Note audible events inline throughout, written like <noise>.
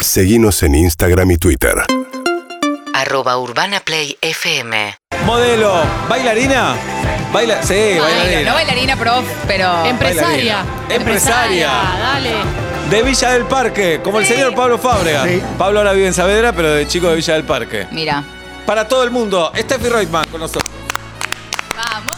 Seguimos en Instagram y Twitter. arroba urbanaplayfm. Modelo, bailarina. Baila, sí, Ay, bailarina. no Em- bailarina, prof, pero. Ah, Empresaria. Bailarina. Empresaria. Dale. De Villa del Parque, como el señor Pablo Fábrega. Sí. Pablo ahora vive en Saavedra, pero de chico de Villa del Parque. Mira. Para todo el mundo, Steffi Reutemann con nosotros. ¡Vamos!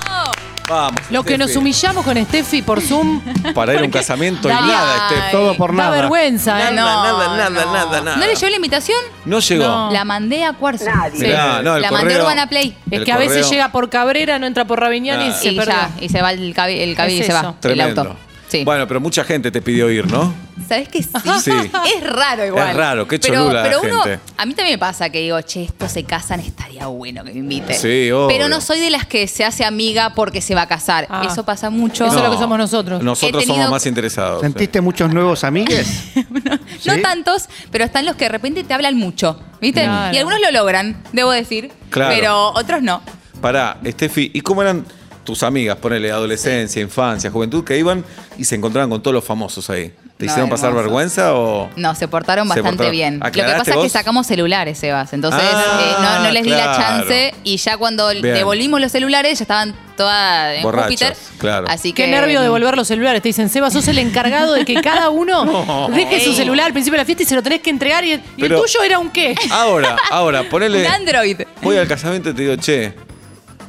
Vamos. Lo que nos Steffi. humillamos con Steffi <laughs> por Zoom. Para ir a un casamiento y Dale. nada, Steffi. Todo por da nada. vergüenza, ¿eh? Nada, nada, nada, nada, nada. ¿No leyó la invitación? No llegó. No. La mandé a Cuarzo. Sí. Mirá, no, el la mandé a correo- Urbana Play. Es El que a veces correo. llega por Cabrera, no entra por Raviñán y Nah. se Y perdió. ya, y se va el cabi- el cabildo Es y se eso. va. Tremendo. El auto. Sí. Bueno, pero mucha gente te pidió ir, ¿no? ¿Sabés que sí? Sí. Es raro igual. Es raro, qué Pero- cholula la Pero, uno, gente. a mí también me pasa que digo, che, estos se casan, estaría bueno que me inviten. Sí, obvio. Pero no soy de las que se hace amiga porque se va a casar. Ah. Eso pasa mucho. Eso es No. lo que somos nosotros. Nosotros He tenido- somos más interesados. eh. ¿Sentiste muchos nuevos amigues? <laughs> No ¿Sí? tantos, pero están los que de repente te hablan mucho, ¿viste? Claro. Y algunos lo logran, debo decir. Claro. Pero otros no. Pará, Steffi, ¿y cómo eran tus amigas? Ponele adolescencia, infancia, juventud, que iban y se encontraban con todos los famosos ahí. ¿Te No, hicieron pasar hermoso. vergüenza o.? No, se portaron Se bastante portaron- bien. Lo que ¿Aclaraste pasa es que vos? sacamos celulares, Sebas. Entonces Ah, eh, no, no les di la claro. chance y ya cuando Bien. devolvimos los celulares ya estaban todas en Borrachas, Júpiter. claro. Así que, Qué nervio devolver los celulares. Te dicen, Seba, sos el encargado de que <laughs> cada uno deje su celular al principio de la fiesta y se lo tenés que entregar. Y, y Pero- el tuyo era un qué. Ahora, ahora, ponele. Un Android. Voy al casamiento y te digo, che,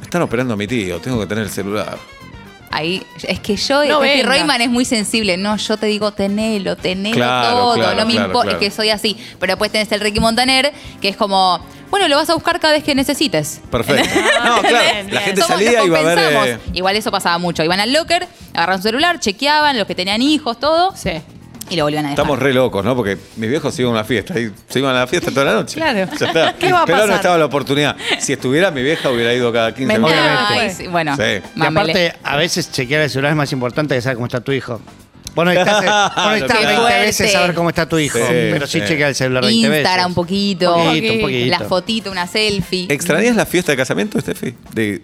están operando a mi tío, tengo que tener el celular. Ahí, es que yo, No Steffi venga. Royman es muy sensible. No, yo te digo, tenelo, tenelo Claro, todo. claro, no me claro, importa, claro. es que soy así. Pero después tenés el Ricky Montaner, que es como, bueno, lo vas a buscar cada vez que necesites. <laughs> Perfecto. No, claro. La gente Somos- salía nos y iba a ver. compensamos. eh, Igual eso pasaba mucho. Iban al locker, agarraban su celular, chequeaban los que tenían hijos, todo, Sí. y lo volvían a dejar. Estamos re locos, ¿no? Porque mis viejos se iban a la fiesta y se iban a la fiesta toda la noche. Claro. Ya está. ¿Qué va a Pero no pasar? estaba la oportunidad. Si estuviera, mi vieja hubiera ido cada 15 Mentá, minutos. ay, sí, Ah, bueno, Sí. Y mamele. aparte, a veces chequear el celular es más importante que saber cómo está tu hijo. Vos no necesitas, vos no necesitas Qué 20 fuerte. veces saber cómo está tu hijo, Sí, pero sí sí. chequear el celular 20 veces. Instagram un poquito, Un poquito, un poquito. la fotito, una selfie. ¿Extrañas la fiesta de casamiento, Steffi? ¿De,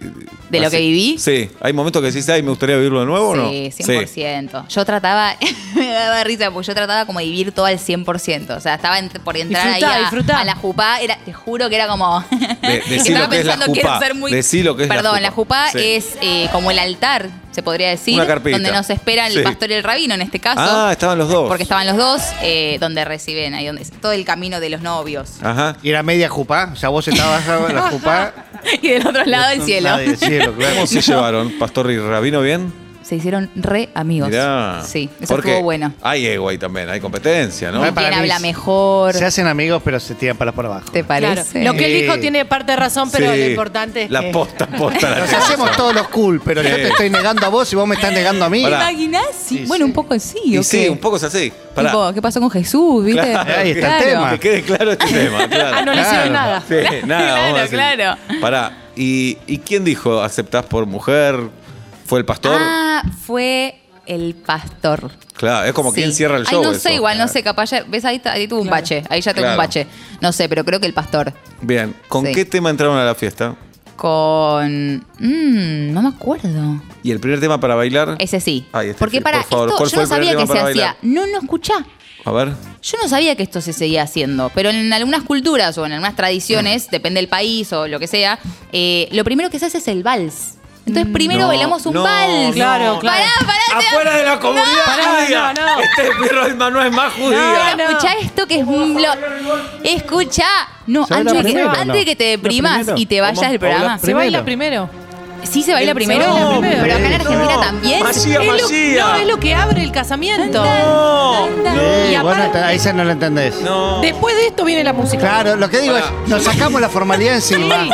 ¿De lo así- que viví? Sí. ¿Hay momentos que decís, ay, me gustaría vivirlo de nuevo o no? Sí, 100%. Yo trataba, <laughs> me daba risa, porque yo trataba como de vivir todo al 100%. O sea, estaba ent- por entrar Disfrutá, ahí a- disfrutá. a, la jupá. Era, te juro que era como... <laughs> De- decí estaba lo que es la pensando, quiero jupá. ser muy... Decí lo que es la Perdón, la jupá. jupá, Sí. es eh, como el altar, se podría decir. Una carpita. Donde nos espera el Sí. pastor y el rabino, en este caso. Ah, estaban los dos. Porque estaban los dos, eh, donde reciben, ahí donde todo el camino de los novios. Ajá. Y era media jupá, o sea, vos estabas en la jupá. <laughs> y del otro lado el cielo. Nadie, el cielo, claro. ¿Cómo <laughs> se llevaron? ¿Pastor y Rabino bien? Se hicieron re amigos. Mirá. Sí, eso Porque estuvo bueno. Hay ego ahí también, hay competencia, ¿no? Ay, para ¿Quién mí habla es- mejor? Se hacen amigos, pero se tiran palas por abajo. ¿Te Claro. parece? Lo que él Sí. dijo tiene parte de razón, pero Sí. lo importante es La que... <laughs> posta, posta. la Nos cosa. hacemos todos los cool, pero yo Sí. te estoy negando a vos y vos me estás negando a mí. Pará. ¿Imaginás? Sí, Sí, bueno, sí. un poco sí, Y ¿o sí, qué? un poco es así. Pará. Tipo, ¿qué pasó con Jesús? ¿Viste? Claro, Ahí está el tema. Que quede claro <laughs> este tema, claro. Ah, no le hicieron Claro. nada. Sí, <laughs> nada, vamos a Claro, decir. claro. Pará, ¿y, y quién dijo aceptás por mujer? ¿Fue el pastor? Ah, fue el pastor. Claro, es como Sí. quien cierra el Ay, show. no sé, eso. igual, no sé, capaz ya, ves, ahí, ta- ahí tuvo un bache, ahí ya tengo un Claro. bache. No sé, pero creo que el pastor. Bien, ¿con Sí. qué tema entraron a la fiesta? Con... mm, no me acuerdo. ¿Y el primer tema para bailar? Ese sí. Ah. Ay, Estefi, Porque para por favor, esto ¿cuál yo fue no el primer sabía que tema se para hacía. No, no escuchá. A ver. Yo no sabía que esto se seguía haciendo, pero en algunas culturas o en algunas tradiciones, Mm. depende del país o lo que sea, eh, lo primero que se hace es el vals. Entonces primero Mm. No, bailamos un no, vals. Claro, claro. Pará, pará, te- ¡Afuera de la comunidad! Pará, judía! no, no. Este perro es más- no es más judía. No, no. Escuchá esto que es un blog. Escuchá. No, ¿Sabés antes, de la que, primera o no? antes de que te ¿La deprimas primera? y te vayas del programa. Se baila primero. Sí se baila primero, baila primero. pero acá en Argentina No. también. Masía, Es lo- masía. no, es lo que abre el casamiento. No, Eh, Y vos no aparte- te- a esa no la entendés. no. Después de esto viene la música. Claro, lo que digo Pará. es, nos sacamos la formalidad encima.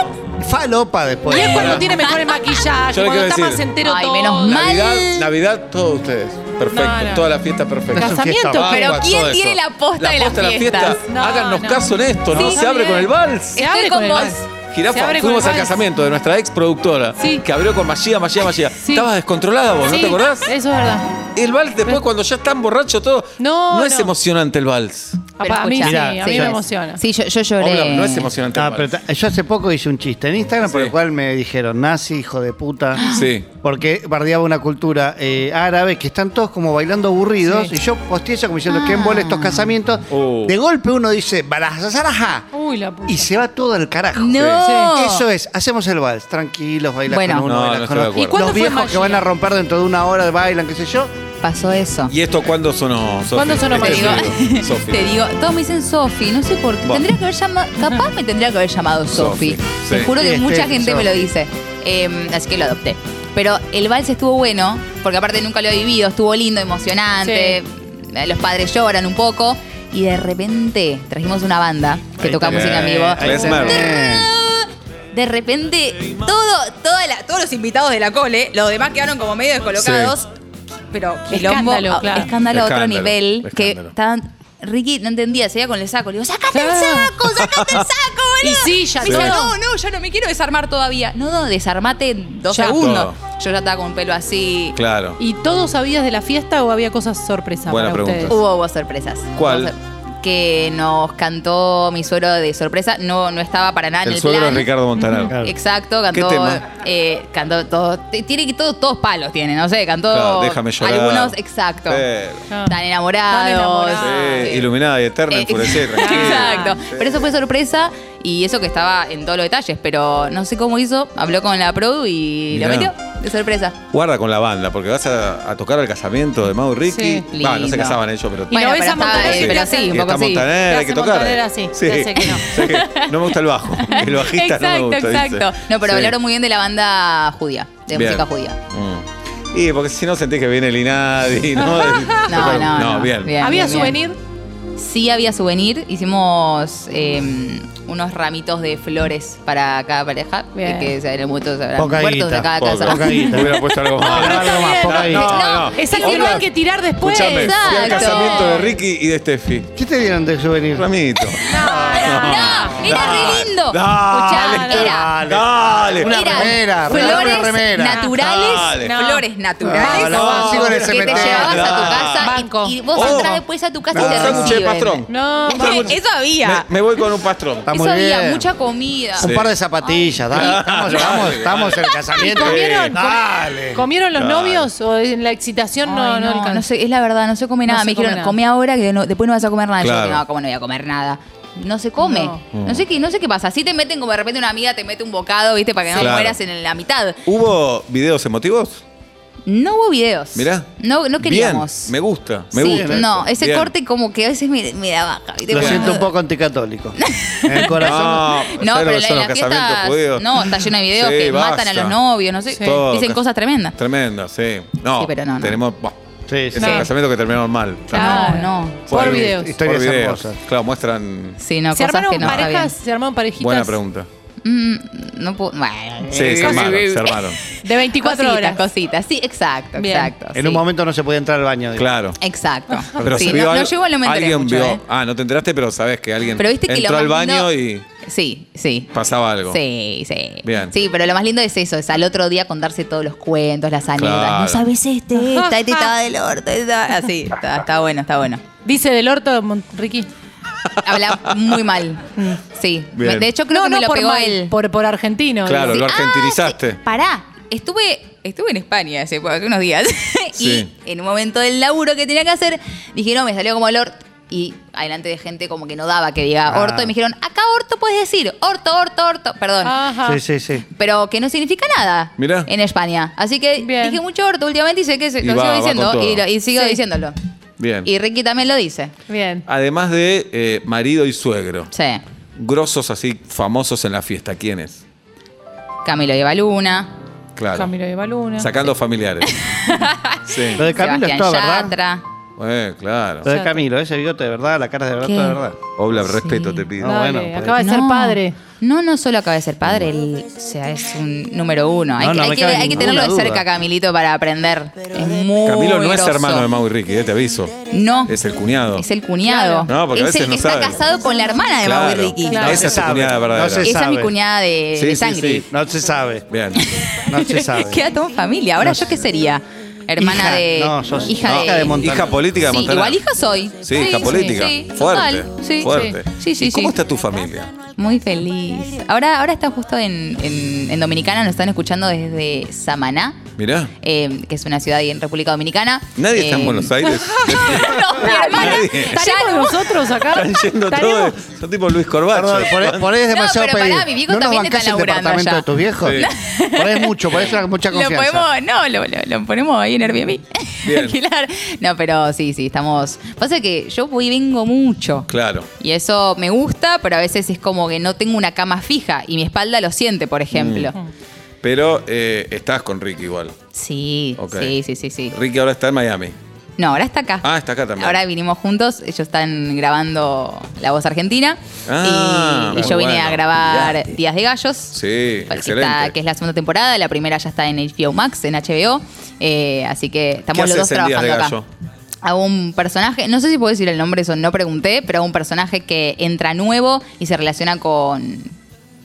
Falopa después. Y es cuando Pará. tiene mejor el maquillaje, Yo le cuando quiero está más decir- entero Ay, todo. menos mal. Navidad, Navidad, todos ustedes. Perfecto, No, no. toda la fiesta perfecta. Es un Casamiento, fiestón. pero Agua, ¿quién todo tiene eso. la posta de las fiestas? No, Háganos no. caso en esto, ¿no? Sí, se está abre bien. con el vals. Se Estoy abre con con el vos. vals. Se Jirafa, abre con fuimos el al vals. casamiento de nuestra ex productora Sí. que abrió con Machía, Machía, Machía. Sí. Estabas descontrolada vos, ¿no Sí, Eh. te acordás? Eso es verdad. El vals después cuando ya están borrachos todos. No, es no. emocionante el vals. Pero para mí escuchá, sí, a mí me emociona. Sí, yo, yo lloré. Oblap no es emocionante. Ah, igual. pero ta- yo hace poco hice un chiste en Instagram por Sí. el cual me dijeron nazi, hijo de puta. Sí. Porque bardeaba una cultura eh, árabe que están todos como bailando aburridos. Y yo posteé eso como diciendo que embole Ah. estos casamientos. Oh. De golpe uno dice, "Barazazaraja", Uy, la puta. y se va todo al carajo. No. Eso es, hacemos el vals, tranquilos, bailas Bueno. con uno, No, bailas no con estoy de otro. acuerdo. ¿Y cuándo Los fue viejos que Magia? van a romper dentro de una hora bailan, qué sé yo. Pasó eso. ¿Y esto cuándo sonó, Sofi? ¿Cuándo <laughs> sonó, Te Este digo, libro, Sofi. te digo, todos me dicen Sofi, no sé por qué. Bueno. Tendría que haber llamado, capaz me tendría que haber llamado Sofi. Sofi, Te sí. juro que Este, mucha gente me Sofi. lo dice. Eh, así que lo adopté. Pero el vals estuvo bueno, porque aparte nunca lo he vivido, estuvo lindo, emocionante. Eh, Los padres lloran un poco. Y de repente trajimos una banda que Ahí toca está. música en vivo. Ahí está. Eh. De repente, todo, toda la- todos los invitados de la cole, los demás quedaron como medio descolocados. Pero quilombo, Escándalo, a- claro. escándalo a otro Escándalo, nivel. Que escándalo. estaban. Ricky no entendía, se iba con el saco. Le digo, sacate el Claro. saco, sacate el saco, <laughs> Y boludo. sí, ya Me dice, todo. no, no, ya no me quiero desarmar todavía. No, no, desarmate en dos Ya. segundos. Todo. Yo ya estaba con un pelo así. <laughs> Claro. ¿Y todos sabías de la fiesta o había cosas sorpresa Buena para pregunta. ustedes? Hubo, hubo sorpresas. ¿Cuál? Hubo sor- que nos cantó mi suegro de sorpresa. No, no estaba para nada en El el suegro plan. es Ricardo Montaner. Claro. Exacto, ¿Qué cantó. tema? eh, cantó todo. t- Tiene que todos, todos palos tiene, no sé, cantó. Claro, déjame llorar. Algunos, exacto. Eh, Ah. Tan enamorados. Tan enamorados. eh, Iluminada y eterna, Eh, <laughs> enfurecer. Exacto. Pero eso fue sorpresa y eso que estaba en todos los detalles, pero no sé cómo hizo, habló con la Produ y lo Mirá. metió de sorpresa. Guarda con la banda, porque vas a, a tocar al casamiento de Mau y Ricky. Sí, Va, no lindo. se casaban ellos, pero. Y no Bueno, ves pero a estaba- Montaner, eh, ¿qué pero hace? sí, un Y poco está así. Montaner, Te hay que hace tocar. Montaner así, te hace que no. <laughs> sé que no me gusta el bajo. El bajista no me gusta. dice. Exacto, exacto. No, pero Sí. hablaron muy bien de la banda judía, de Bien. música <laughs> judía. Mm. Y porque si no sentís que viene el Inadi, ¿no? <laughs> No, no, no. bien. Bien. ¿Había bien. souvenir? Sí había souvenir, hicimos eh, unos ramitos de flores para cada pareja, Bien. que, que se- en el momento se habrán Poca muertos de guita, cada Poco. casa. Poca guita. Hubiera puesto algo más. Algo más, bien. poca guita. No, no. Es algo que no hay que tirar después. Ah. Escuchame, fui al Exacto. casamiento de Ricky y de Steffi. ¿Qué te dieron de souvenir? Ramito. No, era re lindo. Dale, Escuchá, era. Dale. Una eran remera, regálame flores una remera. naturales, Dale. No. flores No, naturales no, Oh. sigo en el que te cementerio. llevabas a tu Dale. casa y- Banco. y, vos Oh. entras después a tu casa Un y te sándwich de reciben. pastrón. No, ¿eh? Es que Eso había. Me, me voy con un pastrón. Está muy Eso había, bien. mucha comida. Un par de zapatillas, dale. Estamos, estamos, estamos en el casamiento. ¿Comieron? Dale. ¿Comieron los novios o en la excitación no, Ay, no, alcanzó? sé, es la verdad, no se come No nada. se me dijeron, come nada. come ahora que no- después no vas a comer nada. Yo Claro. dije, no, ¿cómo no voy a comer nada? No se come. No. No, sé qué, no sé qué pasa. Así te meten como de repente una amiga te mete un bocado, ¿viste? Para que no Claro. mueras en la mitad. ¿Hubo videos emotivos? No hubo videos. Mirá. No, no queríamos. Bien, me gusta, me Sí, gusta. No, eso. ese Bien. corte como que a veces me, me da baja. ¿viste? Lo Como- siento un poco anticatólico. En el corazón. No, No, ¿sabes lo pero que en la- son en los las casamientos fiestas. judíos? No, está lleno de videos Sí, que matan a basta. los novios, no sé. Sí. Todo, Dicen cas- cosas tremendas. Tremendo, sí. No, Sí, pero no, no. tenemos... bah, Sí, sí. esos No. casamientos que terminaron mal. Ah, No, no. Por Por videos. videos. Historias Por videos. hermosas. Claro, muestran... Sí, no, ¿Se cosas armaron que no está parejas? bien. ¿Se armaron parejitas? Buena pregunta. Mm, no puedo. Bueno, Sí, se armaron, se <laughs> armaron. De 24 cositas, horas. cositas. Sí, exacto, Bien. exacto. En sí. un momento no se podía entrar al baño. digo. Claro. Exacto. Pero Sí, se no, vio no algo- llegó el momento alguien mucho, vio, ¿eh? ah, no te enteraste, pero sabes que alguien Pero viste que lo entró más al baño lindo- y Sí, sí. pasaba algo. Sí, sí. Bien. Sí, pero lo más lindo es eso, es al otro día contarse todos los cuentos, las anécdotas. Claro. No sabes este, esta, este estaba del orto, esta- así. Está, está bueno, está bueno. Dice del orto Mon- Ricky. Habla muy mal. Sí. Bien. Me- De hecho, creo que me lo por, pegó mal, él. por, por argentino. Claro, dice. lo Ah, argentinizaste. sí. Pará. Estuve, estuve en España hace, hace unos días. <laughs> Sí. Y en un momento del laburo que tenía que hacer, dije, no, me salió como el orto. Y adelante de gente como que no daba que diga Ah. orto. Y me dijeron, acá orto puedes decir. Orto, orto, orto. Perdón. Ah. Ajá. Sí, sí, sí. Pero que no significa nada Mirá. en España. Así que Bien. dije mucho orto últimamente y sé que se- Y lo va- sigo va diciendo. con todo. Y, lo- y sigo Sí. diciéndolo. Bien. Y Ricky también lo dice. Bien. Además de eh, marido y suegro. Sí. Grosos así, famosos en la fiesta. ¿Quiénes? Camilo lleva luna. Claro. Camilo de Baluna. Sacando familiares. <laughs> sí. Lo de Camilo es todo, ¿verdad? Yatra. Eh, claro. Lo de Camilo, ese bigote de verdad, la cara de verdad, ¿Qué? todo de verdad. Obla, respeto te pido. No, Dale, bueno, pues. acaba de ser padre. No, no solo acaba de ser padre, él o sea, es un número uno. hay, No, que- no hay me que, cabe hay que ninguna tenerlo de duda. cerca, Camilito, para aprender. Es muy Camilo no es grosso. hermano de Mau y Ricky, eh, te aviso. No. Es el cuñado. Es el cuñado. Claro. No, porque a es veces el no que está sabe. casado con la hermana de Mau y Claro. Ricky. No, esa es su Sabe, cuñada verdadera. no se Esa es mi sabe. cuñada de, Sí, de sí, <laughs> sangre. sí. No se sabe. Bien. No se sabe. Queda todo en familia. Ahora, ¿yo qué sería? hermana Hija. de. No, sos hija hija de, de Montaner. Hija política de Sí, Montaner. igual hija soy. Sí, hija política. sí, fuerte. total. Sí, fuerte. Sí, sí, ¿Y ¿Cómo sí. está tu familia? Muy feliz. Ahora, ahora está justo en, en- en Dominicana, nos están escuchando desde Samaná, Mirá. eh, que es una ciudad ahí en República Dominicana. Nadie está Eh, en Buenos Aires. <laughs> no, mi hermana. Nadie. Ya ¿Estaremos no. nosotros acá? Están yendo todos. ¿Estaremos? Son tipo Luis Corbacho. Perdón, por, ahí- por ahí es No, demasiado pero pedir. pará, mi viejo no nos también está bancás el laburando departamento ya. de tus viejos. Sí. Por ahí es mucho, por eso es mucha Lo confianza. podemos, no, lo, lo- lo ponemos ahí en Airbnb. Bien. <laughs> Alquilar. No, pero sí, sí, estamos. Pasa que yo voy y vengo mucho. Claro. Y eso me gusta, pero a veces es como que no tengo una cama fija y mi espalda lo siente, por ejemplo. Mm. Pero eh, estás con Ricky igual. Sí, Ok. sí, sí, sí, sí. Ricky ahora está en Miami. No, ahora está acá. Ah, está acá también. Ahora vinimos juntos, ellos están grabando La Voz Argentina Ah, y, muy y yo vine bueno. a grabar Días de Gallos. Sí, cual que, excelente. Pues está- que es la segunda temporada, la primera ya está en HBO Max, en HBO, eh, así que estamos haces los dos en Días de trabajando acá. Gallo? Hago un personaje, no sé si puedo decir el nombre, eso no pregunté, pero hago un personaje que entra nuevo y se relaciona con,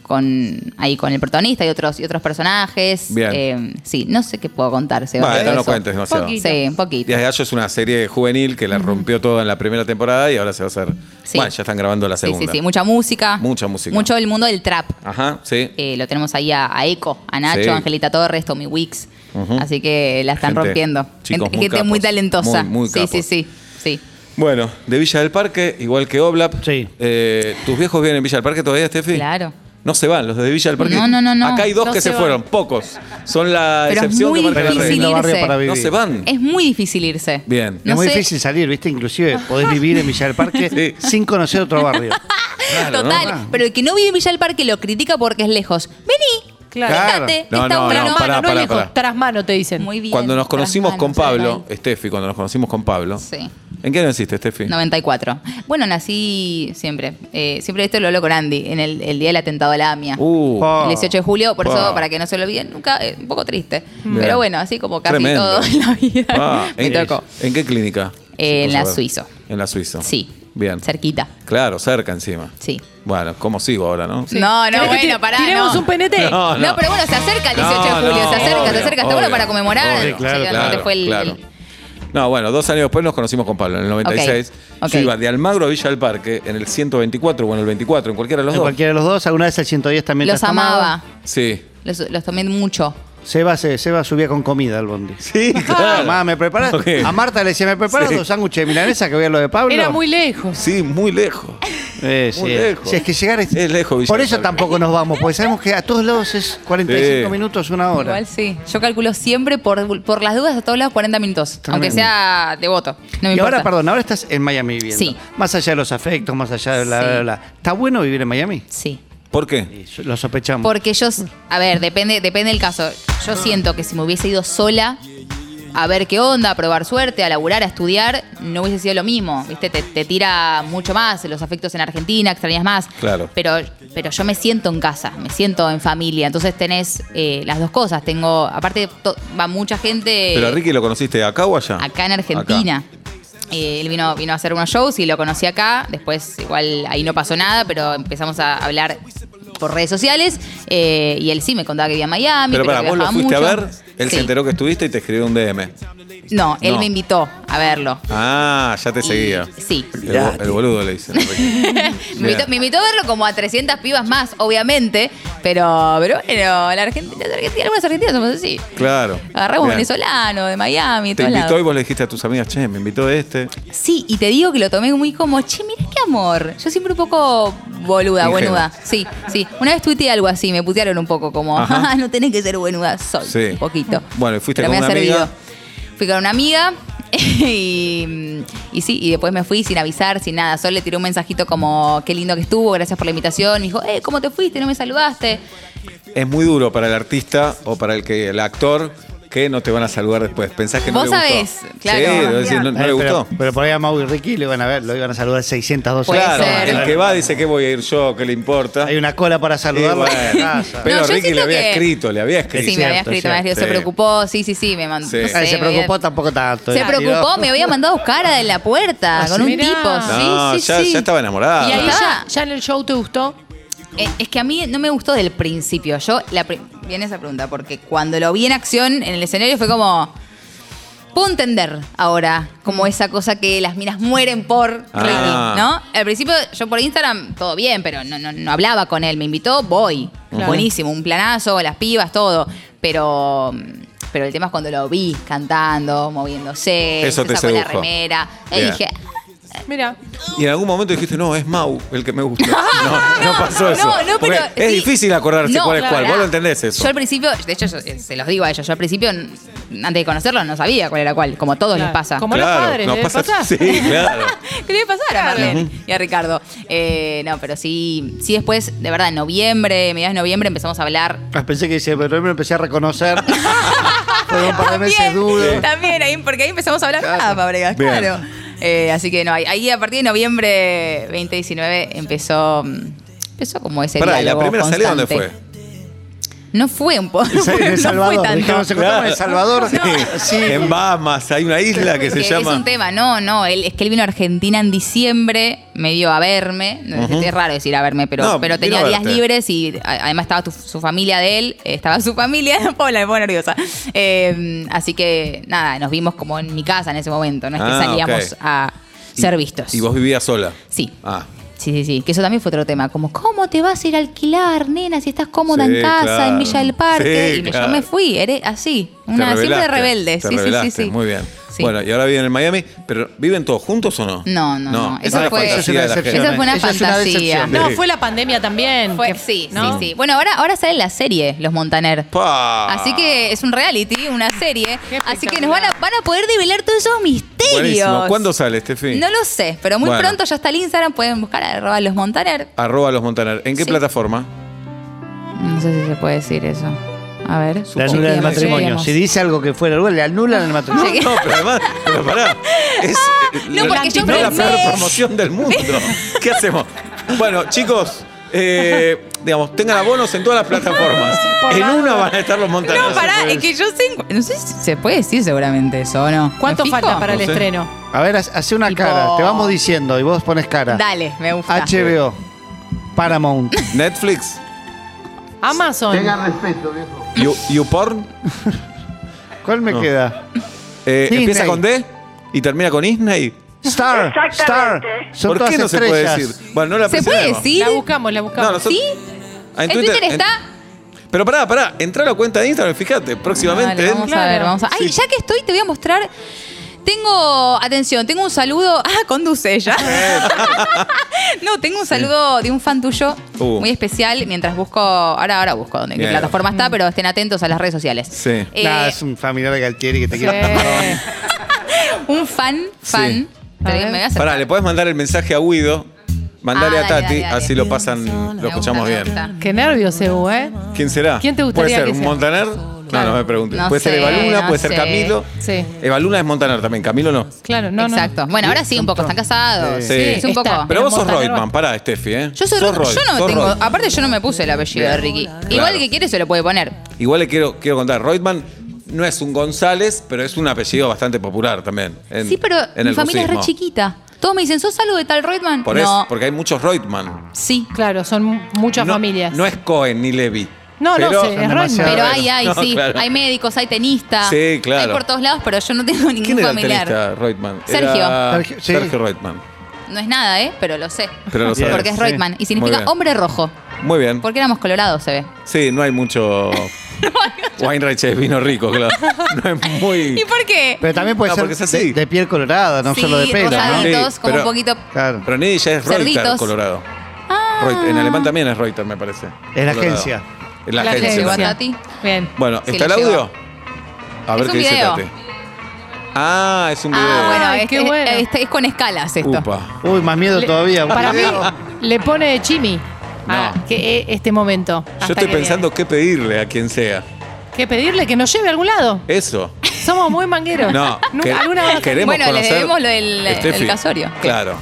con ahí con el protagonista y otros y otros personajes. Bien. Eh, sí, no sé qué puedo contar, Seba, Vale, pero no lo eso. cuentes, no se va. Poquito. Sí, un poquito. Días de Gallo es una serie juvenil que la rompió toda en la primera temporada y ahora se va a hacer. Sí. Bueno, ya están grabando la Sí, segunda. sí, sí. Mucha música. Mucha música. Mucho el mundo del trap. Ajá, sí. Eh, lo tenemos ahí a, a Eco, a Nacho, Sí. a Angelita Torres, Tommy Wicks. Ujú. Así que la están Gente, rompiendo. chicos gente muy gente muy capos. talentosa. Muy, muy sí, sí, capos. sí, sí. Bueno, de Villa del Parque, igual que Oblap. Sí. Eh, ¿Tus viejos viven en Villa del Parque todavía, Steffi? Claro. No se van, los de Villa del Parque. No, no, no, no. Acá hay dos No que se, se van. fueron, pocos. Son la Pero es excepción muy que marca la difícil regla. Lindo barrio irse. para vivir. No se van. Es muy difícil irse. Bien. No es muy sé- <laughs> difícil salir, ¿viste? Inclusive podés vivir en Villa del Parque Sí. sin conocer otro barrio. Claro, ¿no? Total. Pero el que no vive en Villa del Parque lo critica porque es lejos. Vení. Claro. sentate, Claro. No, está no, bueno. Trasmano, pará, no pará, es lejos, pará. trasmano te dicen. Muy bien. Cuando nos conocimos con Trasmano, Pablo, ahí. Steffi, cuando nos conocimos con Pablo. Sí. ¿En qué año naciste, Steffi? 94. Bueno, nací siempre. Eh, siempre esto lo hablo con Andy, en el, el día del atentado a la AMIA. Uh, Pa. El 18 de julio, por Pa. eso, para que no se lo olviden, nunca, eh, un poco triste. Bien. Pero bueno, así como casi Tremendo. todo <laughs> en la vida Ah, <laughs> me ¿en, tocó. Eh, ¿En qué clínica? En Sí, la por saber. Suizo. En la Suizo. Sí. Bien. Cerquita. Claro, cerca encima. Sí. Bueno, ¿cómo sigo ahora, no? No, no, ¿Querés que bueno, ti- pará. tiremos no. un PNT? No. No, pero bueno, se acerca el 18 No, de julio, no, se acerca, obvio, se acerca. Está bueno obvio. para conmemorar. Obvio, o claro, sea, Claro, ¿dónde fue el- claro. el- No, bueno, dos años después nos conocimos con Pablo, en el 96. Ok, Yo ok. iba de Almagro a Villa del Parque, en el 124 o en el 24, en cualquiera de los En dos. cualquiera de los dos, alguna vez el 110 también te los has tomado. amaba. Sí. Los, los tomé mucho. Seba, se, Seba subía con comida al bondi. <laughs> Sí, claro. Mamá, ¿me preparas? Ok. A Marta le decía, ¿me preparas Sí. dos sándwiches de milanesa que voy a lo de Pablo? Era muy lejos. Sí, muy lejos. Eh, muy sí. lejos. Si es que llegar es... Es lejos Villa Por del eso Parque. tampoco nos vamos, porque sabemos que a todos lados es 45 Sí. minutos, una hora. Igual sí. Yo calculo siempre por, por las dudas a todos lados 40 minutos. Tremendo. Aunque sea de voto. No me y ahora, importa. perdón, ahora estás en Miami viviendo. Sí. Más allá de los afectos, más allá de bla, Sí. bla, bla. ¿Está bueno vivir en Miami? Sí. ¿Por qué? Eh, Sí, Lo sospechamos. Porque yo, a ver, depende, depende del caso. Yo siento que si me hubiese ido sola a ver qué onda, a probar suerte, a laburar, a estudiar, no hubiese sido lo mismo. ¿Viste? Te, te tira mucho más los afectos en Argentina, extrañas más. Claro. Pero, pero yo me siento en casa, me siento en familia. Entonces tenés eh, las dos cosas. Tengo, aparte, to- va mucha gente. ¿Pero a Ricky lo conociste acá o allá? acá en Argentina. Acá. Eh, él vino, vino a hacer unos shows y lo conocí acá. Después, igual ahí no pasó nada, pero empezamos a hablar por redes sociales. eh, y él sí me contaba que vivía en Miami. Pero Pero, para, que vos lo viajaba fuiste mucho. a ver, él Sí. se enteró que estuviste y te escribió un DM. No, él No. me invitó a verlo. Ah, ya te Y- <laughs> seguía. sí. El, bo- el boludo le dice. <laughs> Me invitó, me invitó a verlo como a 300 pibas más, obviamente. Pero, pero bueno, la Argentina, la Argentina, algunas argentinas somos así. Claro. Agarramos Bien. venezolano, de Miami, de Te todos lados. invitó y vos le dijiste a tus amigas, che, me invitó este. Sí, y te digo que lo tomé muy como, che, mirá qué amor. Yo siempre un poco boluda, Ingenua. buenuda. Sí, sí. Una vez tuiteé algo así, me putearon un poco, como, Ajá. "Ah, no tenés que ser buenuda, soy. Sí. Un poquito. Bueno, ¿y fuiste Pero con me ha una servido. amiga? Fui con una amiga <laughs> y, y sí, y después me fui sin avisar, sin nada. Solo le tiré un mensajito como, qué lindo que estuvo, gracias por la invitación. Me dijo, eh, ¿cómo te fuiste? No me saludaste. Es muy duro para el artista o para el que el actor que no te van a saludar después. Pensás que no Vos le gustó. sabés, claro. Sí, debo decir, no, no Eh, le pero- gustó. Pero, por ahí a Mau y Ricky le iban a ver, lo iban a saludar 612 Puede claro, ser. el que va dice que voy a ir yo, que le importa. Hay una cola para Y saludarlo. bueno, <laughs> pero No, yo Ricky le siento había que- escrito, le había Sí, escrito. me había cierto, escrito, me había escrito, se cierto. preocupó, sí, sí, sí, me mandó. Sí. no sé, Ay, se me había- preocupó tampoco tanto. Se eh. preocupó, Tiró. me había mandado a buscar de la puerta Ah, con sí. un Mirá. tipo. No, sí, sí, ya, sí. ya estaba enamorada. Y ahí Estaba- ya, ya en el show te gustó. Eh, Es que a mí no me gustó del principio. Yo, la pri- viene esa pregunta, porque cuando lo vi en acción en el escenario fue como. Puedo entender ahora como esa cosa que las minas mueren por Ah. Ricky, ¿no? Al principio yo por Instagram todo bien, pero no, no- no hablaba con él. Me invitó, voy. Claro. Buenísimo, un planazo, las pibas, todo. Pero, pero el tema es cuando lo vi cantando, moviéndose, Eso se te sacó la sedujo. remera. Y Bien. dije, Mira. Y en algún momento dijiste, no, es Mau el que me <laughs> gusta. No, no pasó eso. No, no, Porque pero. Es sí. difícil acordarse No, cuál es claro. cuál. Vos lo entendés eso. Yo al principio, de hecho, yo, eh, se los digo a ellos, yo al principio, n- antes de conocerlo, no sabía cuál era cuál, como a todos les Claro. pasa. Como Claro, los padres, nos ¿les pasa- <laughs> pasa? Sí, <laughs> claro. ¿Qué le pasar a Marlene y a Ricardo? Eh, no, pero sí, sí después, de verdad, en noviembre, mediados de noviembre empezamos a hablar. Ah, Pensé que dice, pero yo me empecé a reconocer. <laughs> Fueron un par de meses dudo. también, ahí, porque ahí empezamos a hablar nada, Fábregas, Bien. claro. Eh, así que no, ahí, ahí a partir de noviembre 2019 empezó, mm, empezó como ese Pará, ¿y la diálogo primera salida dónde constante. fue? No fue un poco. En <laughs> El no Salvador. fue tanto. Dijimos, se encontramos en El Salvador. Sí. En Bahamas, hay una isla que se Porque llama. Es un tema, no, no. Él, es que él vino a Argentina en diciembre, me dio a verme. No, Es raro decir a verme, pero, No, pero vino tenía a días verte. libres y a- además estaba tu- su familia de él, eh, estaba su familia. <laughs> Paula, me pongo nerviosa. Eh, así que nada, nos vimos como en mi casa en ese momento. No es que Ah, salíamos ok. a Y- ser vistos. Y vos vivías sola. Sí. Ah. Sí, sí, sí. Que eso también fue otro tema. Como, ¿cómo te vas a ir a alquilar, nena, si estás cómoda Sí, en casa, claro. en Villa del Parque? Sí, y me- claro. yo me fui, eres así. te Una siempre rebelaste, rebelde. te Sí, sí, sí, rebelaste, sí. Muy bien. Sí. Bueno, y ahora viven en Miami, pero ¿viven todos juntos o no? No, no, no. Eso es la fue- fantasía Eso es una de la decepción, gente. Esa fue una Esa es una fantasía. decepción. No, Sí. fue la pandemia también. Fue- que- sí, ¿no? sí, sí. Bueno, ahora, ahora sale la serie, Los Montaner. Pa. Así que es un reality, una serie. Qué Así que nos van a, espectacular. van a poder develar todos esos misterios. Buenísimo. ¿Cuándo sale, Steffi? No lo sé, pero muy Bueno. pronto ya está el Instagram. Pueden buscar arroba los Montaner. Arroba los Montaner. ¿En qué Sí. plataforma? No sé si se puede decir eso. A ver. Le anulan el chequeemos, matrimonio. chequeemos. Si dice algo que fuera lugar, le anulan el matrimonio. Llegué. No, pero además, pero pará. Es Ah, No, la- porque yo no es la pensé- peor promoción del mundo. ¿Qué hacemos? Bueno, chicos, eh, digamos, tengan abonos en todas las plataformas. Por En nada. una van a estar los montaneros. No, pará, es que yo sé. No sé si se puede decir seguramente eso o no. ¿Cuánto ¿Me fijo? falta para No el sé. estreno? A ver, haz- hace una Tipo- cara. Te vamos diciendo y vos pones cara. Dale, me gusta. HBO. <laughs> Paramount. Netflix, Amazon. respeto, viejo. You- YouPorn, ¿Cuál me queda? eh, Disney. empieza con D y termina con Disney. Star. Star. Son ¿Por todas qué no se puede estrellas. decir? Bueno, no la ¿Se puede presionemos. decir? La buscamos, la buscamos. No, nosotros- ¿Sí? Ah, En Twitter, en- está. Pero pará, pará, entra a la cuenta de Instagram, fíjate, próximamente. Dale, vamos a ver, Claro. vamos a. Ay, Sí. ya que estoy, te voy a mostrar. Tengo, atención, tengo un saludo. <laughs> Ah, <laughs> conduce ella. no, tengo un saludo de un fan tuyo Uh. muy especial mientras busco. Ahora, ahora busco dónde, en qué Bien. plataforma Mm. está, pero estén atentos a las redes sociales. Sí. Eh, Nah, es un familiar de Galtieri que te Sí. quiere. un fan, fan. A Te- ver. me voy a acercar. Pará, le podés mandar el mensaje a Guido, mandale Ah, a dale, Tati, dale, dale. así lo pasan, Me lo gusta, escuchamos me bien. gusta. Qué nervios, Ebu, ¿eh? ¿Quién será? ¿Quién te ¿Puede gustaría ser que un sea? Montaner? No, Claro. no me preguntes. No puede ser sé, Evaluna, no puede ser sé. Camilo. Sí. Evaluna es Montaner también, Camilo no. Claro, no, no. Exacto. Bueno, ahora sí, un poco, están casados. Sí. Es un Está. poco. Pero Era vos sos Montaner. Reutemann, pará, Steffi, ¿eh? Yo soy Sos Roy, Roy, yo no me sos tengo. Roy. Aparte, yo no me puse el apellido de Ricky. Igual Claro. el que quiere se lo puede poner. Igual le quiero, quiero contar, Reutemann no es un González, pero es un apellido bastante popular también. en- sí, pero en mi el familia es re rucismo. chiquita. Todos me dicen, ¿sos algo de tal Reutemann? Por no. eso, porque hay muchos Reutemann. Sí. Claro, son mu- muchas no, familias. No es Cohen ni Levy. No, no, Pero- sé, es demasiado. Reutemann. Pero bueno, hay, hay, no, sí. claro. Hay médicos, hay tenistas. Sí, claro. Hay por todos lados, pero yo no tengo ningún ¿Quién era el familiar. tenista Reutemann? Sergio. Era Sergio, sí. Sergio Reutemann. No es nada, ¿eh? Pero lo sé. Pero lo Bien. sabes. Porque es Sí. Reutemann. Y Muy significa bien. hombre rojo. Muy bien. Porque éramos colorados, se ve. Sí, no hay mucho. <laughs> Weinreich es vino rico, claro. No es muy. <laughs> ¿Y por qué? Pero también puede No, ser porque es así. De, de piel colorada, no sí, solo de pelo. ¿no? rosada. rosaditos, Sí, como pero- un poquito. Claro. Pero Nidhi ya es Reuter, Cerditos. Ah. Colorado. Reuter- En alemán también es Reuter, me parece. Es la Colorado. agencia. Es la, La agencia. llegó a también. Tati. Bien. Bueno, Sí, ¿está el la llegó. audio? A ver Es qué un dice video. Tati. Ah, es un video. Ah, bueno, Ah, Ay, es, qué es- bueno. es- es con escalas esto. Upa. Uy, más miedo Le- todavía. Para mí, Video. le pone de chimi a No. que, e- este momento. hasta Yo estoy que pensando qué pedirle a quien sea. viene. Que pedirle que nos lleve a algún lado. <laughs> Eso. Somos muy mangueros. No, Nunca- que- alguna vez- queremos Bueno, le conocer debemos lo del- Steffi. del casorio. Claro.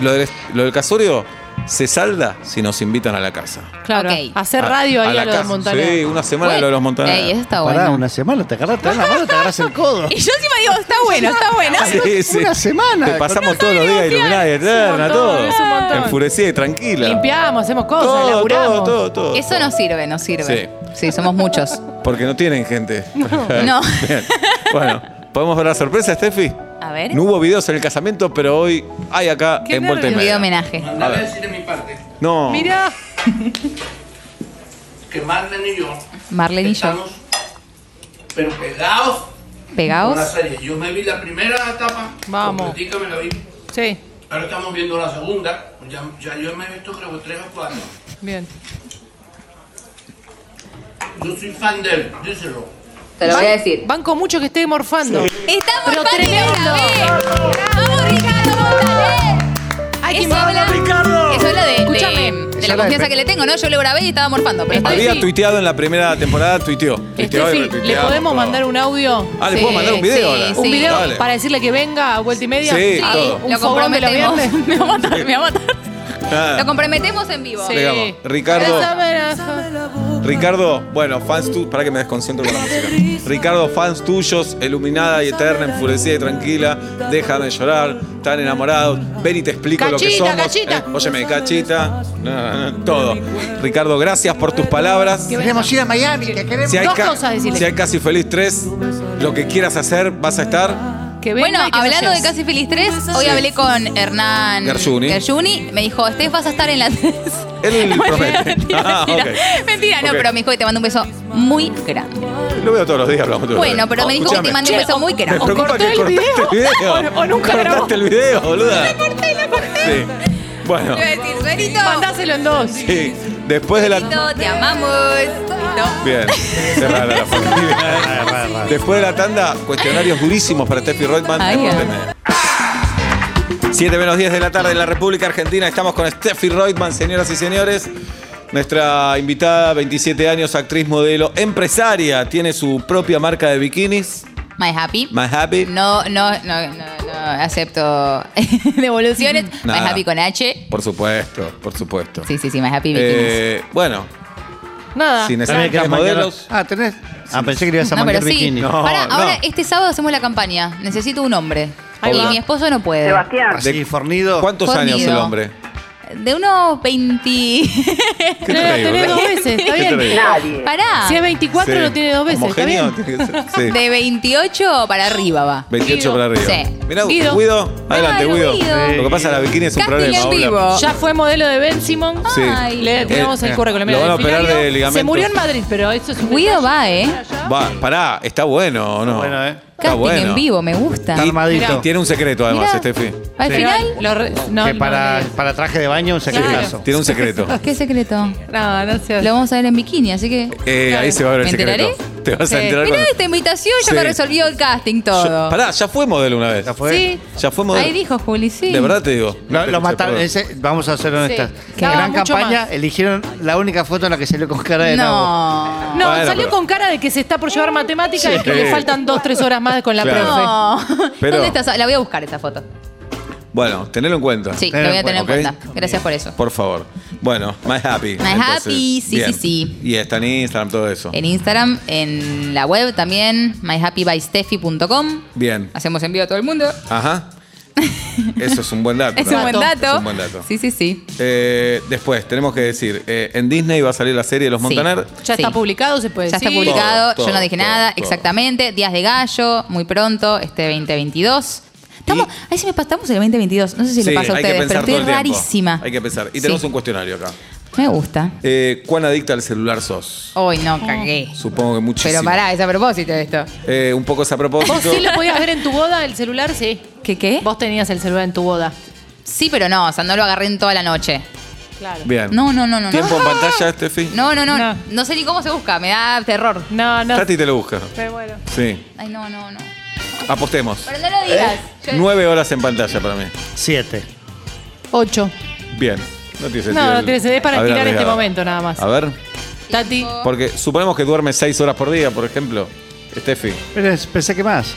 Lo del, lo del casorio se salda si nos invitan a la casa. Claro, Ok. hacer radio ahí a, lo de casa. Montaner. Sí, una semana a lo de los Montaner. Ey, eso está Pará, Ah, bueno. una semana, te agarras, te das la mano, te agarras el codo. Y yo encima digo, está bueno, está bueno. Sí, sí. Una semana. Te pasamos todos los días iluminada y eterna, Es un todo. montón, es un montón. Enfurecida y tranquila. Limpiamos, hacemos cosas, todo, laburamos. todo, todo, todo. Eso nos sirve, nos sirve. Sí, somos muchos. <laughs> Porque no tienen gente. No. Bien. Bueno, ¿Podemos ver la sorpresa, Steffi? A ver. No hubo videos en el casamiento, pero hoy hay acá Qué en Vuelta y nervios. Un Media. video homenaje. A ver. No. Mira, que Marlene y yo Marlene y yo. estamos pero pegados con la Pegaos. serie. Yo me vi la primera etapa, Vamos. completica me la vi. sí, Ahora estamos viendo la segunda. Ya, ya yo me he visto creo que tres o cuatro. bien. Yo soy fan de él, díselo. Te lo voy a decir. Banco mucho que esté morfando. Estamos Pero Fanny de tremendo. la B. ¡Vamos, Ricardo Montaner! Hay que Eso habla, eso habla de, de- Escúchame. de la confianza que le tengo, ¿no? Yo lo grabé y estaba morfando. Pero está Estefi. Había bien. tuiteado en la primera temporada, tuiteó. tuiteó y Estefi, ¿le retuiteaba, podemos todo. mandar un audio? Ah, ¿le Sí, puedo mandar un video sí, ahora? sí. Un video Dale. para decirle que venga a vuelta y media. Sí, Sí, todo. Un lo fogón de los comprometemos. viernes. <laughs> Me va a matar, me va a matar. Ah. Nada. Lo comprometemos en vivo. Sí. Digamos, Ricardo. Ricardo, bueno, fans tuyos. Para que me desconcentro con la música. Ricardo, fans tuyos, iluminada y eterna, enfurecida y tranquila. Dejan de llorar, tan enamorados. Ven y te explico lo que Cachita, somos. ¿eh? cachita. óyeme, cachita. na, na, todo. Ricardo, gracias por tus palabras. Queremos ir a Miami, que queremos. Si hay, Dos ca- cosas decirle. si hay casi feliz 3, lo que quieras hacer, vas a estar. Que venga Bueno, y que hablando de vayas. Casi Feliz 3, hoy hablé con Hernán Gershuni. Gershuni. Me dijo, Estef, vas a estar en la 3. <laughs> Él promete. mentira, Ah, mentira. ok. Mentira, no, Ok. pero me dijo que te mando un beso muy grande. Lo veo todos los días, hablamos todos los Bueno, días. pero me dijo que te Escuchame. mandé un beso muy grande. <laughs> Me <laughs> preocupa cortó que el cortaste el video, video. <laughs> o- o nunca cortaste grabó. el video, <laughs> boluda. Sí. Bueno, Le voy a decir, Suerito, Mandáselo en dos. sí. Después de la. Suerito, te amamos. Listo. <laughs> Bien, cerrada la familia. Después de la tanda, cuestionarios durísimos para Steffi Reutemann. Ay, ay. 7 menos 10 de la tarde en la República Argentina. Estamos con Steffi Reutemann, señoras y señores. Nuestra invitada, 27 años, actriz, modelo, empresaria. Tiene su propia marca de bikinis. My Happy. My Happy. No, no, no, no, no acepto <laughs> devoluciones. My Nada. Happy con H. Por supuesto, por supuesto. Sí, sí, sí, My Happy Bikinis. Eh, bueno, Nada. si necesitas Tenés modelos. Ah, tenés. Ah, pensé que le ibas a No, mandar pero sí. bikini. No, Pará, no. ahora este sábado hacemos la campaña. Necesito un hombre. Ahí y va. mi esposo no puede. Sebastián, Así, fornido. ¿Cuántos Fornido. años el hombre? De unos 20. ¿Qué Pero te digo? tenés dos veces, está ¿Qué Este te bien. digo? nadie. Pará. Si es 24, Sí. lo tiene dos veces, está Homogéneo bien. tiene que ser, sí. De 28 para arriba va. 28 Guido. para arriba. Sí. Mirá, Guido. Guido. Adelante, Ay, Guido. Guido. Lo que pasa, la bikini es un Casting problema. en hola. vivo. Ya fue modelo de Ben Simon. Ah. Sí. Ay. Le tiramos Eh, el currículum. Lo Mira, van a al final operar digo, de ligamentos. Se murió en Madrid, pero eso es un Guido detalle. va, ¿eh? Va, pará, está bueno, ¿o no? Bueno, ¿eh? Está Casting bueno. en vivo, me gusta. Está armadito. Y tiene un secreto, además, Mirá, Steffi. Al Sí. final, Lo re- no, que no, para, para traje de baño un secretazo. Tiene un secreto. ¿qué secreto? No, no sé. Lo vamos a ver en bikini, así que. Eh, ahí se va a ver el ¿Me enteraré? secreto. Te vas a Sí. enterar Mirá este cuando- esta invitación, ya Sí. me resolvió el casting Yo- todo. pará, ya fue modelo una vez. Ya fue. Sí. Ya fue modelo. Ahí dijo Juli, sí. De verdad te digo. Lo, Te lo escuché, mataron. perdón. Ese- vamos a ser honestas. Que haga Gran mucho campaña, más. eligieron la única foto en la que salió con cara de nabo. No. No, Bueno, salió pero- con cara de que se está por llevar matemática y que Sí. le faltan dos, tres horas más con la Claro. profe. No. <laughs> Pero- ¿Dónde está? esa- La voy a buscar esa foto. Bueno, tenelo en cuenta. Sí, Pero, la voy a tener en bueno, Eh, ok. cuenta. Gracias por eso. Por favor. Bueno, My Happy. My Happy, sí, sí, sí. Y está en Instagram, todo eso. En Instagram, en la web también, myhappybysteffi.com. Bien. Hacemos envío a todo el mundo. <laughs> Ajá. Eso es un buen dato. Es un buen dato. Es un buen dato. Sí, sí, sí. Eh, después, tenemos que decir, eh, en Disney va a salir la serie de los Sí. Montaner. Ya Sí. está publicado, se puede Ya está decir. publicado, Todo, yo no todo, dije todo, nada, todo. exactamente. Días de Gallo, muy pronto, este 2022. Estamos, ahí se me pasamos el 2022, no sé si Sí, le pasa a hay que ustedes, pero pensar todo estoy el tiempo. rarísima. Hay que pensar. Y Sí. tenemos un cuestionario acá. Me gusta. Eh, ¿Cuán adicta al celular sos? Hoy no Oh. cagué. Supongo que muchísimo. Pero pará, es a propósito esto. Eh, un poco es a propósito. ¿Vos sí lo podías ver en tu boda, el celular? Sí. ¿Qué qué? Vos tenías el celular en tu boda. Sí, pero no, o sea, no lo agarré en toda la noche. Claro. Bien. No, no, no, no. ¿Tiempo no. en pantalla, Steffi? No, no, no, no. No. sé ni cómo se busca, me da terror. No, no. Tati te lo busca. Pero bueno. Sí. Ay, no, no, no. Apostemos. Pero no lo digas. Yo- Nueve horas en pantalla para mí. Siete. Ocho. Bien. No tiene sentido. No, no el- tiene sentido, es para haber estirar este arriesgado. momento nada más. A ver. Tati. Porque suponemos que duerme seis horas por día, por ejemplo. Steffi. Pero es- pensé que más.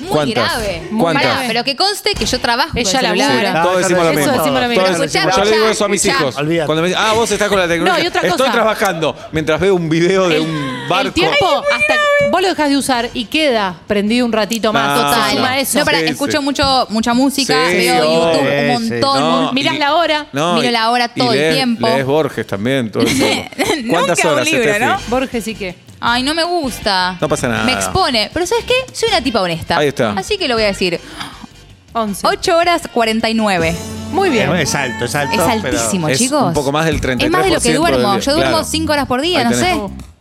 Muy ¿Cuántas? grave. Muy ¿Cuántas? Pará, pero que conste que yo trabajo con Ella celular. labura. Todos Ah, decimos lo eso mismo. decimos lo mismo. Todos decimos- Escuchá, yo le digo escuchá, eso a mis escuchá. hijos. Olvídate. Cuando me dicen, ah, vos estás con la tecnología. No, y otra cosa. Estoy trabajando mientras veo un video de un barco. El tiempo, hasta vos lo dejás de usar y queda prendido un ratito más. Ah, Total. Total. Se suma eso. No, pará, Sí, sí. escucho mucho, mucha música, Sí, veo oh, YouTube sí, un sí. montón. No, Mirás y- la hora. miro la hora y todo el lees- tiempo. Lees Borges también todo el tiempo. ¿Cuántas Nunca un horas, libro, Steffi? ¿no? Borges sí que. Ay, no me gusta. No pasa nada. Me expone. Pero ¿sabes qué? Soy una tipa honesta. Ahí está. Así que lo voy a decir. 11. 8 horas 49. Muy bien. Es alto, es alto. Es pero- altísimo, es chicos. un poco más del 33% Es más de lo que duermo. del día, Yo duermo claro. 5 horas por día, Ahí no tenés. sé.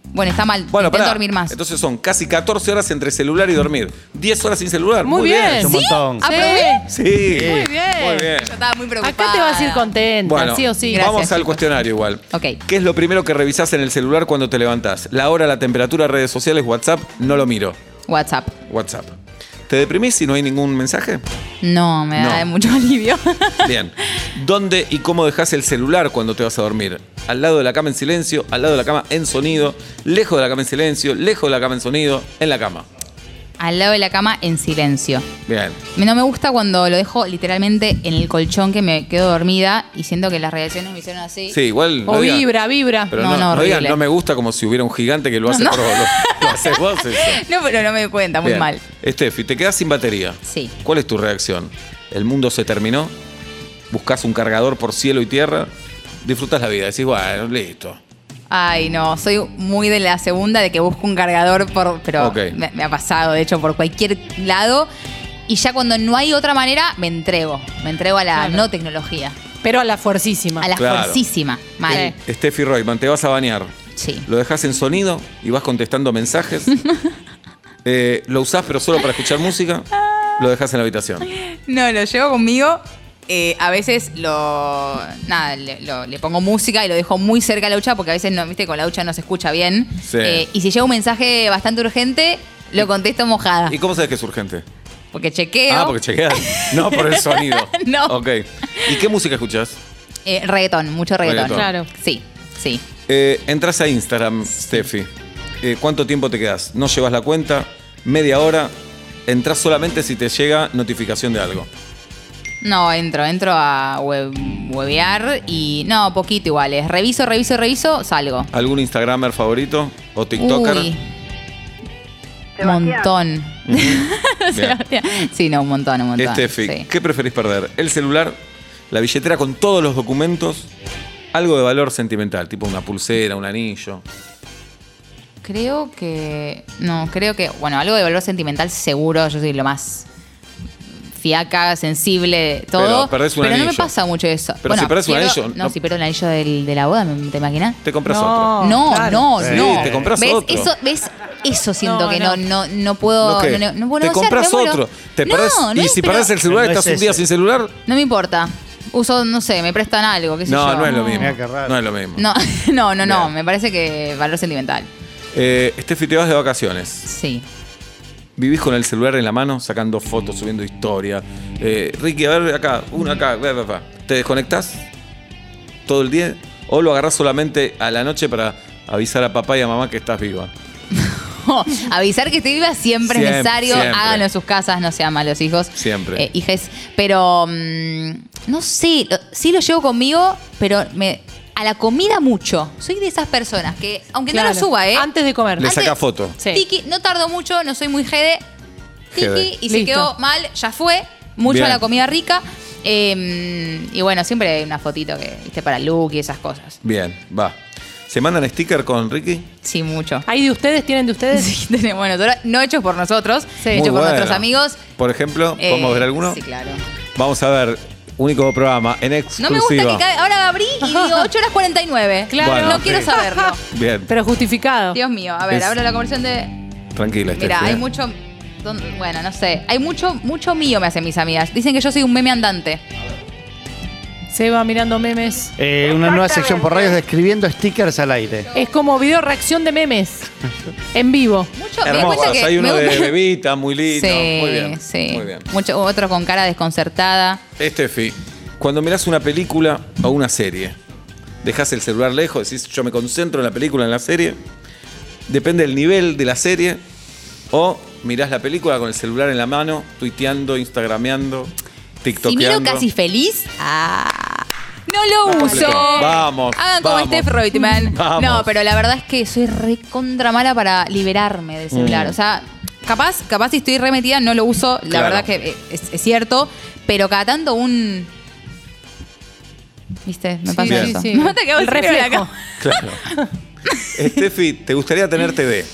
Bueno, está mal. Bueno, Intento pará. dormir más. Entonces son casi 14 horas entre celular y dormir. 10 horas sin celular. Muy bien. Es un ¿Sí? montón. Sí. ¿Aprobé? Sí. Muy bien. Muy bien. Yo estaba muy preocupada. Acá te vas a ir contenta, Bueno, sí o sí. Gracias, vamos al chicos. cuestionario igual. Ok. ¿Qué es lo primero que revisás en el celular cuando te levantás? La hora, la temperatura, redes sociales, WhatsApp. No lo miro. WhatsApp. WhatsApp. ¿Te deprimís si no hay ningún <laughs> mensaje? No, me da No. mucho <laughs> alivio. Bien. ¿Dónde y cómo dejas el celular cuando te vas a dormir? Al lado de la cama en silencio, al lado de la cama en sonido, lejos de la cama en silencio, lejos de la cama en sonido, en la cama. Al lado de la cama en silencio. Bien. No me gusta cuando lo dejo literalmente en el colchón que me quedo dormida y siento que las radiaciones me hicieron así. Sí, igual. O digan- vibra, vibra. Pero No, no, no, no digan, horrible. no me gusta como si hubiera un gigante que lo hace por vos. Lo, lo haces vos <laughs> eso. <laughs> No, pero no me doy cuenta, muy Bien. mal. Estefi, te quedas sin batería. Sí. ¿Cuál es tu reacción? ¿El mundo se terminó? ¿Buscas un cargador por cielo y tierra? Disfrutas la vida, decís, bueno, listo. Ay, no, soy muy de la segunda de que busco un cargador por. Pero Ok. me, me ha pasado, de hecho, por cualquier lado. Y ya cuando no hay otra manera, me entrego. Me entrego a la Claro. no tecnología. Pero a la fuercísima. A la Claro. fuercísima. Mal. Estefi Eh, Royman, te vas a bañar. Sí. Lo dejas en sonido y vas contestando <laughs> mensajes. Eh, lo usás pero solo para escuchar música. Lo dejas en la habitación. No, lo llevo conmigo. Eh, a veces lo. Nada, le, lo- le pongo música y lo dejo muy cerca a la hucha porque a veces no, viste, con la hucha no se escucha bien. Sí. Eh, y si llega un mensaje bastante urgente, lo contesto mojada. ¿Y cómo sabes que es urgente? Porque chequeo. Ah, porque chequeas. No, por el sonido. <laughs> No. Ok. ¿Y qué música escuchas? Eh, reggaetón, mucho reggaetón. Reggaetón. Claro. Sí, sí. Eh, entras a Instagram, Steffi. Eh, ¿Cuánto tiempo te quedas? ¿No llevas la cuenta? ¿Media hora? Entras solamente si te llega notificación de algo. No, entro, entro a hue- huevear y. No, poquito igual. es Reviso, reviso, reviso, salgo. ¿Algún Instagramer favorito? ¿O TikToker? <laughs> Uy. Montón. <laughs> Bien. Sí, no, un montón, un montón. Steffi, sí. Este, ¿qué preferís perder? ¿El celular? ¿La billetera con todos los documentos? Algo de valor sentimental, tipo una pulsera, un anillo. Creo que. No, creo que. Bueno, algo de valor sentimental seguro. Yo soy lo más fiaca, sensible, todo. Pero perdés un no me anillo. pasa mucho eso. Pero si perdés un pierdo- anillo, No, no- si pierdo el anillo del- de la boda, ¿me- ¿te imaginas? Te compras No. otro. No, claro. no, Sí, no. te compras ¿Ves? otro. Eso, ¿Ves? Eso siento No, que no, no. no, no puedo. ¿No qué? no, no puedo te negociar, compras pero bueno. otro. Te No, perdés- no, y si pero- perdés el celular, No es estás un ese. día sin celular. No me importa. Uso, no sé, me prestan algo, qué sé No, yo. no es lo mismo. Mirá Ah, qué raro. No es lo mismo. No, <laughs> no, no, no. Bien. Me parece que valor sentimental. Eh, Steffi, te vas de vacaciones. Sí. Vivís con el celular en la mano, sacando fotos, subiendo historia. Eh, Ricky, a ver acá, una acá, bla, bla, bla. ¿Te desconectás todo el día? ¿O lo agarrás solamente a la noche para avisar a papá y a mamá que estás viva? <laughs> Avisar que estoy viva siempre, es Siempre, necesario. siempre. Háganlo en sus casas, no sean malos hijos. Siempre. Eh, hijes. Pero mm, no sé, lo- sí lo llevo conmigo, pero me, a la comida mucho. Soy de esas personas que, aunque no lo Claro. suba, ¿eh? Antes de comer. Le Antes- saca foto. Sí. Tiki, no tardo mucho, no soy muy jede. Tiki, Jede. y si Listo. quedó mal, ya fue. Mucho Bien. a la comida rica. Eh, y bueno, siempre hay una fotito que, viste, para look y esas cosas. Bien, va. ¿Se mandan sticker con Ricky? Sí, mucho. ¿Hay de ustedes? ¿Tienen de ustedes? Sí, <laughs> tenemos nosotros, no hechos por nosotros, Sí. hechos Muy por bueno. nuestros amigos. Por ejemplo, Eh, ¿podemos ver alguno? Sí, claro. Vamos a ver, único programa, en No exclusiva. me gusta que cada- ahora abrí y digo 8 horas 49. Claro. Bueno, no sí. quiero saberlo. <laughs> Bien, Pero justificado. Dios mío, a ver, Es- ahora la conversión de. tranquila, Steffi. Mira, hay ¿eh? mucho. don- Bueno, no sé. Hay mucho, mucho mío, me hacen mis amigas. Dicen que yo soy un meme andante. Se va mirando memes. Eh, una nueva sección por radio es describiendo stickers al aire. Es como video reacción de memes. En vivo. Mucho, me doy cuenta Hermosos, que hay me uno de gusta- bebita, muy lindo. <laughs> Sí, muy bien. sí. Muy bien. Mucho, otro con cara desconcertada. Estefi, cuando mirás una película o una serie, dejas el celular lejos, decís yo me concentro en la película, en la serie, depende del nivel de la serie, o mirás la película con el celular en la mano, tuiteando, instagrameando, Si miro tiktokeando. casi feliz, ah, no lo Vamos, uso. vamos, Hagan como vamos. Steph <laughs> Reutemann. Vamos. No, pero la verdad es que soy re contra mala para liberarme del celular. O sea, capaz, capaz si estoy remetida no lo uso. La Mm. Claro. verdad que eh, es, es cierto. Pero cada tanto un. ¿Viste? Me pasa Bien. eso. sí, <laughs> sí. No te quedas El reflejo. reflejo. Claro. Steffi, ¿te gustaría tener TV?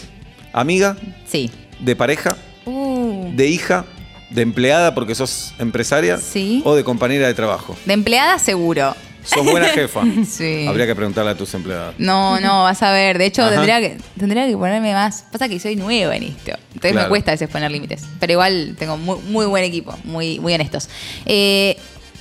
¿Amiga? Sí. ¿De pareja? Uh. ¿De hija? ¿De empleada porque sos empresaria? Sí. ¿O de compañera de trabajo? De empleada seguro. ¿Sos <laughs> buena jefa? Sí. Habría que preguntarle a tus empleadas. No, no, vas a ver. De hecho, Ajá. tendría que, tendría que ponerme más. Pasa que soy nueva en esto. Entonces Claro. me cuesta a veces poner límites. Pero igual tengo muy, muy buen equipo, muy, muy honestos. Eh,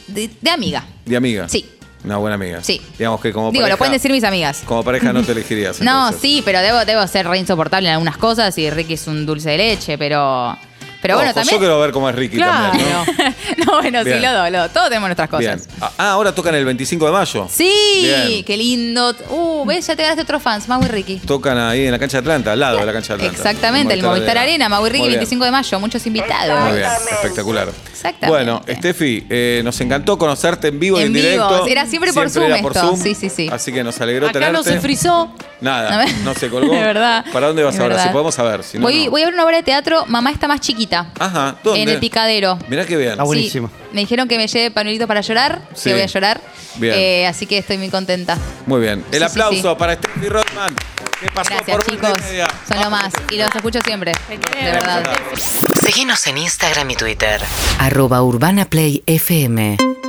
de, de amiga. ¿De amiga? Sí. Una buena amiga. Sí. Digamos que como Digo, pareja. lo pueden decir mis amigas. Como pareja no te elegirías. <laughs> No, entonces. sí, pero debo, debo ser re insoportable en algunas cosas y Ricky es un dulce de leche, pero. Pero bueno, Ojo, también. Yo quiero ver cómo es Ricky también, ¿no? Claro. <laughs> no, bueno, Bien. sí, lo do, lo do. Todos tenemos nuestras Bien. cosas. Ah, ahora tocan el 25 de mayo. Sí, Bien. qué lindo. Uh, ves, ya te ganaste otros fans, Mau y Ricky. Tocan ahí en la cancha de Atlanta, al lado de la cancha de Atlanta. Exactamente, el Movistar Arena, Mau y Ricky, Muy bien. 25 de mayo, muchos invitados. Muy bien, espectacular. Exactamente. Bueno, Steffi, eh, nos encantó conocerte en vivo y En en, vivo, directo. era siempre por Siempre era Zoom por esto. Zoom. Sí, sí, sí. Así que nos alegró Acá tenerte. no se frizó. <laughs> Nada, Ah, no se colgó. De verdad. ¿Para dónde vas De ahora? verdad. Si podemos saber. Si no, voy, no. voy a ver una obra de teatro, Mamá está más chiquita. Ajá, ¿dónde? En el picadero. Mirá que bien. Ah, bueno. buenísimo. Sí, me dijeron que me lleve panuelito para llorar, Sí. que voy a llorar. Bien. Eh, así que estoy muy contenta. Muy bien. El Sí, sí, aplauso sí. para Steffi Rodman, que pasó Gracias, por chicos. Vuelta y Media. Son lo más. Y los escucho siempre. De verdad. Síguenos en Instagram y Twitter. Arroba Urbana Play FM